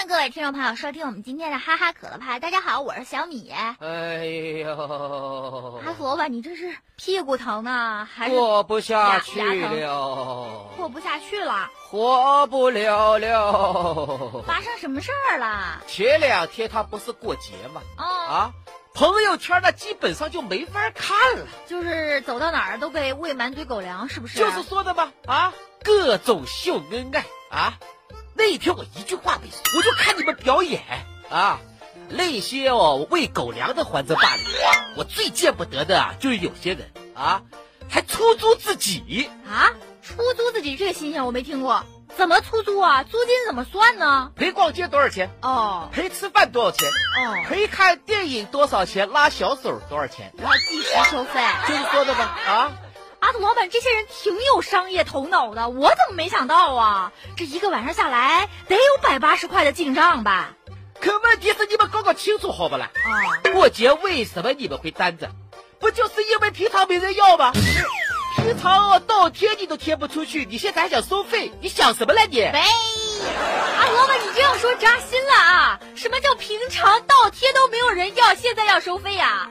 迎各位听众朋友收听我们今天的哈哈可乐派。大家好，我是小米。哎呦，阿罗吧，你这是屁股疼呢，还是过不下去牙疼了，过不下去了？活不了了。发生什么事儿了？前两天他不是过节吗？哦，啊，朋友圈那基本上就没法看了，就是走到哪儿都被喂满嘴狗粮，是不是？就是说的嘛，啊，各种秀恩爱啊。那天我一句话没说，我就看你们表演啊。那些哦喂狗粮的还则罢了，我最见不得的啊，就是有些人啊，还出租自己。啊，出租自己这个新鲜我没听过，怎么出租啊？租金怎么算呢？陪逛街多少钱？哦陪吃饭多少钱？哦，陪看电影多少钱？拉小手多少钱？我要计时收费。就是说的吧？啊，阿杜老板，这些人挺有商业头脑的，我怎么没想到啊？这一个晚上下来得有百八十块的进账吧？可问题是你们搞搞清楚好不啦？啊、过节为什么你们会单着？不就是因为平常没人要吗？平常哦，倒贴你都贴不出去，你现在还想收费？你想什么了 你？喂，阿萝卜，你这样说扎心了啊！什么叫平常倒贴都没有人要，现在要收费啊呀、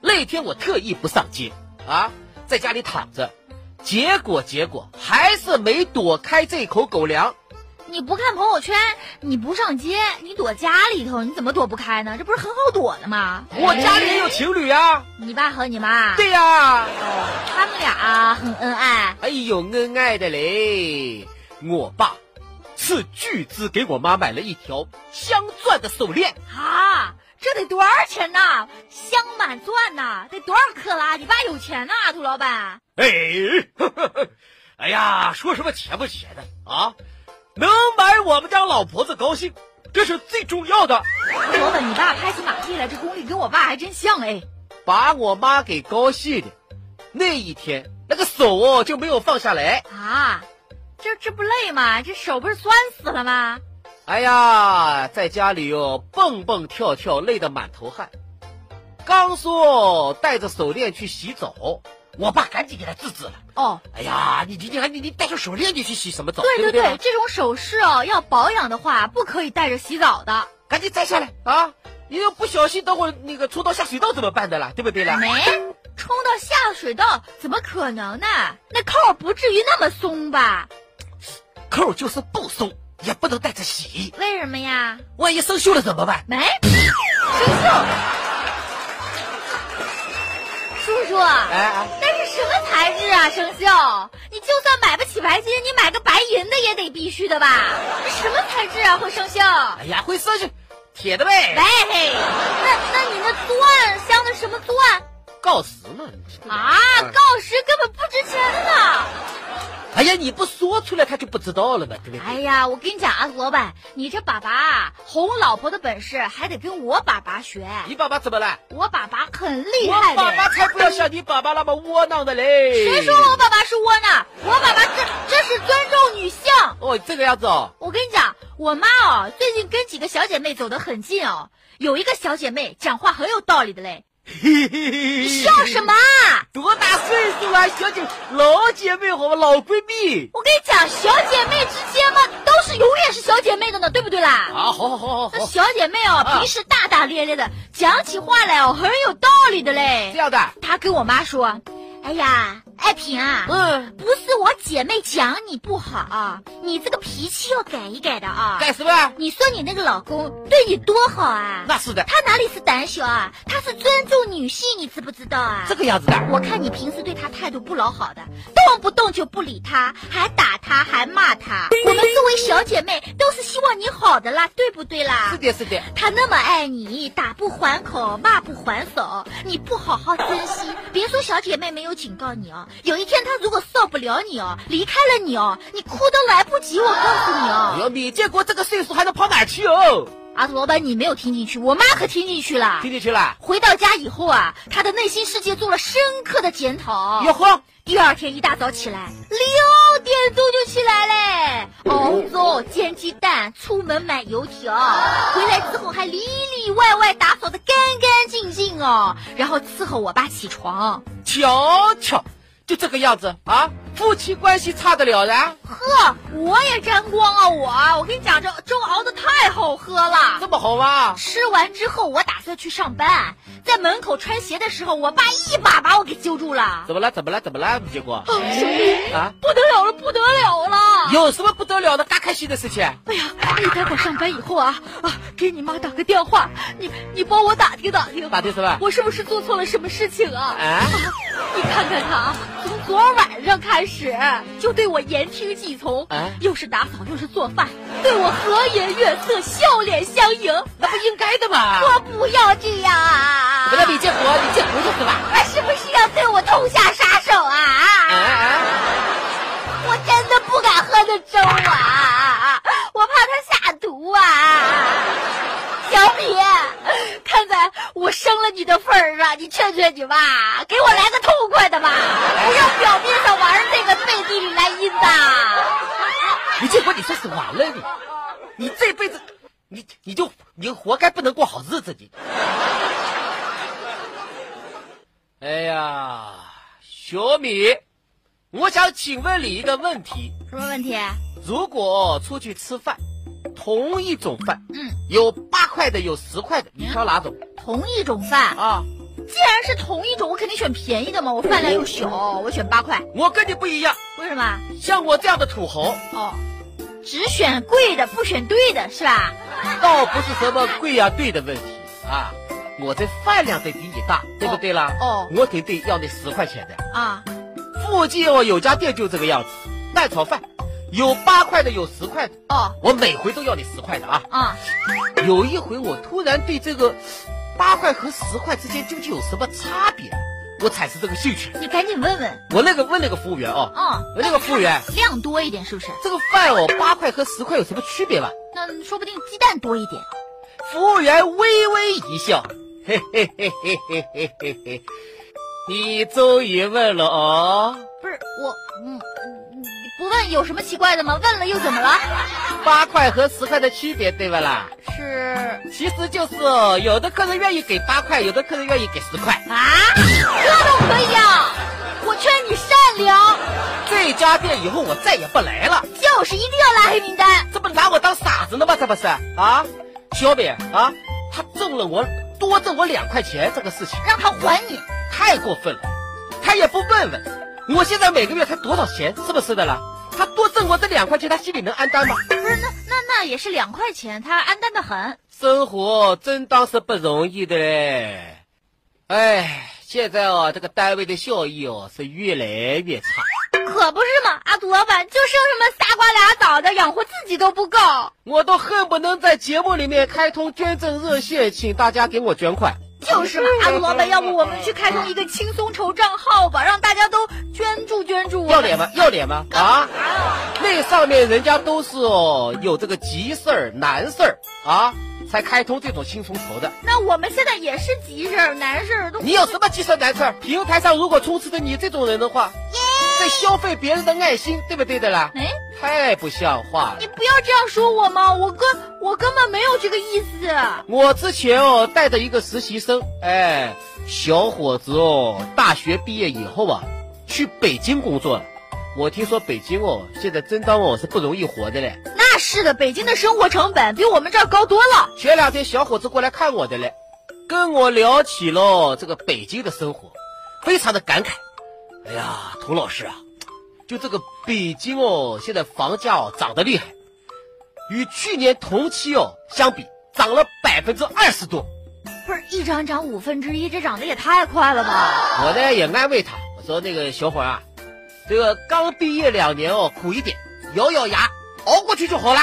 那天我特意不上街啊，在家里躺着，结果结果还是没躲开这口狗粮。你不看朋友圈，你不上街，你躲家里头，你怎么躲不开呢？这不是很好躲的吗？我家里也有情侣啊，你爸和你妈，对呀、他们俩很恩爱。哎呦，恩爱的嘞！我爸斥巨资给我妈买了一条镶钻的手链，啊，这得多少钱呐？镶满钻呐，得多少克拉？你爸有钱呐，杜老板。哎， 呵呵呵哎呀，说什么钱不钱的啊？能买我们家老婆子高兴，这是最重要的。杜老板，你爸拍起马屁来，这功力跟我爸还真像哎。把我妈给高兴的，那一天那个手哦就没有放下来。啊，这这不累吗？这手不是酸死了吗？哎呀，在家里哦蹦蹦跳跳，累得满头汗。刚说带着手链去洗澡，我爸赶紧给他制止了。哦，哎呀，你你你你你带上手链你去洗什么澡？对对对不对，这种首饰哦，要保养的话，不可以带着洗澡的。赶紧摘下来啊！你要不小心，等会儿那个冲到下水道怎么办的啦？对不对啦？没，冲到下水道怎么可能呢？那扣儿不至于那么松吧？扣就是不松，也不能带着洗，为什么呀？万一生锈了怎么办？没，生锈。叔叔，哎哎，那是什么材质啊？生锈？你就算买不起白金，你买个白银的也得必须的吧？这什么材质啊？会生锈？哎呀，会生锈，铁的呗。喂，那那你那钻镶的什么钻锆石嘛。你这个人啊？锆石根本不值钱呢！哎呀，你不说出来他就不知道了嘛，对不对？哎呀，我跟你讲啊，老板，你这爸爸啊哄老婆的本事还得跟我爸爸学，你爸爸怎么了？我爸爸很厉害的。我爸爸才不要像你爸爸那么窝囊的嘞。谁说我爸爸是窝囊？我爸爸这这是尊重女性。哦，这个样子哦。我跟你讲，我妈哦，最近跟几个小姐妹走得很近哦，有一个小姐妹讲话很有道理的嘞。你 你笑什？么啊？多大岁数啊，小姐，老姐妹好吧，老闺蜜我跟你讲，小姐妹之间嘛，都是永远是小姐妹的呢，对不对啦？啊，好好好好那好，小姐妹哦，啊平时大大咧咧的，讲起话来哦，很有道理的这嘞。样的，她跟我妈说：“哎呀，爱萍啊，嗯，不是我姐妹讲你不好啊，你这个脾气要改一改的啊。干什么？你说你那个老公对你多好啊，那是的，他哪里是胆小啊，他是尊重女性，你知不知道啊？”这个样子的。我看你平时对他态度不老好的，动不动就不理他，还打他，还骂他。我们作为小姐妹，都是希望你好的啦，对不对啦是？的，是的，他那么爱你，打不还口，骂不还手，你不好好珍惜，别说小姐妹没有警告你哦。有一天他如果受不了你哦，离开了你哦，你哭都来不及。我告诉你哎哦，呦，米建国这个岁数还能跑哪儿去哦？阿杜老板，你没有听进去，我妈可听进去了听。进去了？回到家以后啊，他的内心世界做了深刻的检讨。哟呵，第二天一大早起来，六点钟就起来嘞，熬粥、煎鸡蛋，出门买油条，回来之后还里里外外打扫的干干净净哦，然后伺候我爸起床。瞧瞧，就这个样子啊，夫妻关系差得了的？啊呵，我也沾光啊！我，我跟你讲，这粥熬的太好喝了。这么好吗？吃完之后，我打算去上班，在门口穿鞋的时候，我爸一把把我给揪住了。啊，怎么了？怎么了？怎么了？结果兄弟，啊，不得了了，不得了了！有什么不得了的？大开心的事情？哎呀，你待会儿上班以后啊啊，给你妈打个电话，你你帮我打听打听，打听什么？我是不是做错了什么事情啊？啊，你看看他啊，从昨儿晚上开始就对我言听计从，啊又是打扫又是做饭，对我和颜悦色、笑脸相迎。那不应该的嘛。我不要这样啊！怎么了？李建国，李建国就是吧？他是不是要对我痛下杀手啊？啊啊！我真的不敢喝那粥啊，我怕他下毒啊！小米，看在我生了你的份儿上，你劝劝你吧，给我来个痛快的吧，不要表面上玩那个背地里来阴的。李建国，你算是完了你，你这辈子，你你就你活该不能过好日子你。哎呀，小米，我想请问你一个问题：什么问题？如果出去吃饭，同一种饭，嗯，有八块的，有十块的，你挑哪种同一种饭，啊？既然是同一种，我肯定选便宜的嘛，我饭量又小，我选八块。我跟你不一样，为什么？像我这样的土豪，哦，只选贵的，不选对的，是吧？倒不是什么贵呀、对的问题啊。我这饭量得比你大，对不对啦？哦哦我得得要那十块钱的。啊，附近哦有家店就这个样子，蛋炒饭，有八块的，有十块的，哦，我每回都要你十块的啊。啊，有一回我突然对这个八块和十块之间究竟有什么差别，我产生这个兴趣。你赶紧问问。我那个问那个服务员哦，啊，我那个服务员，量多一点是不是？这个饭哦八块和十块有什么区别吗？那说不定鸡蛋多一点。服务员微微一笑，嘿嘿嘿嘿嘿嘿嘿嘿，你终于问了哦。不是我，嗯，嗯不问有什么奇怪的吗？问了又怎么了？八块和十块的区别，对吧啦？是其实就是哦，有的客人愿意给八块，有的客人愿意给十块。啊，这都可以啊！我劝你善良，这家店以后我再也不来了，就是一定要拉黑名单。这不拿我当傻子呢吗？这不是啊，小美啊，他挣了我多挣我两块钱，这个事情让他还你，太过分了，他也不问问，我现在每个月才多少钱，是不是的啦？他多挣我这两块钱，他心里能安当吗？不是那那那也是两块钱，他安淡的很。生活真当是不容易的嘞。哎，现在哦，这个单位的效益哦是越来越差。可不是嘛，阿杜老板就剩什么仨瓜俩枣的，养活自己都不够。我都恨不能在节目里面开通捐赠热线，请大家给我捐款。 嗯就是嘛，阿杜老板，要不我们去开通一个轻松筹账号吧，让大家都捐助捐助。要脸？吗？要脸吗？啊！那上面人家都是哦，有这个急事儿、难事儿啊，才开通这种轻松筹的。那我们现在也是急事儿、难事儿都。你有什么急事儿难事儿？平台上如果充斥着你这种人的话，在消费别人的爱心，对不对的啦？哎，太不像话了你。不要这样说我嘛，我根我根本没有这个意思。我之前哦带着一个实习生，哎，小伙子哦，大学毕业以后啊，去北京工作了。我听说北京哦，现在真当哦是不容易活的嘞。那是的，北京的生活成本比我们这儿高多了。前两天小伙子过来看我的嘞，跟我聊起了这个北京的生活，非常的感慨。哎呀，童老师啊，就这个北京哦，现在房价哦涨得厉害，与去年同期哦相比，涨了百分之二十多。不是一涨涨五分之一，这涨得也太快了吧？我呢也安慰他，我说那个小伙儿啊，这个刚毕业两年哦，苦一点，咬咬牙熬过去就好了。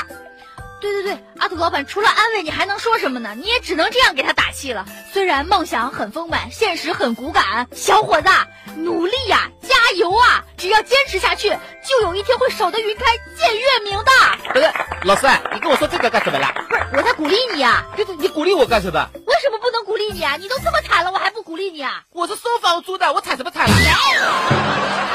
对对对，阿土老板除了安慰你还能说什么呢？你也只能这样给他打气了。虽然梦想很丰满，现实很骨感，小伙子啊努力呀、加油啊！只要坚持下去，就有一天会守得云开见月明的。不是，老师啊，你跟我说这个干什么啦？ 不是，我在鼓励你啊！你你鼓励我干什么？为什么不能鼓励你啊？你都这么惨了，我还不鼓励你啊？我是收房租的，我惨什么惨了？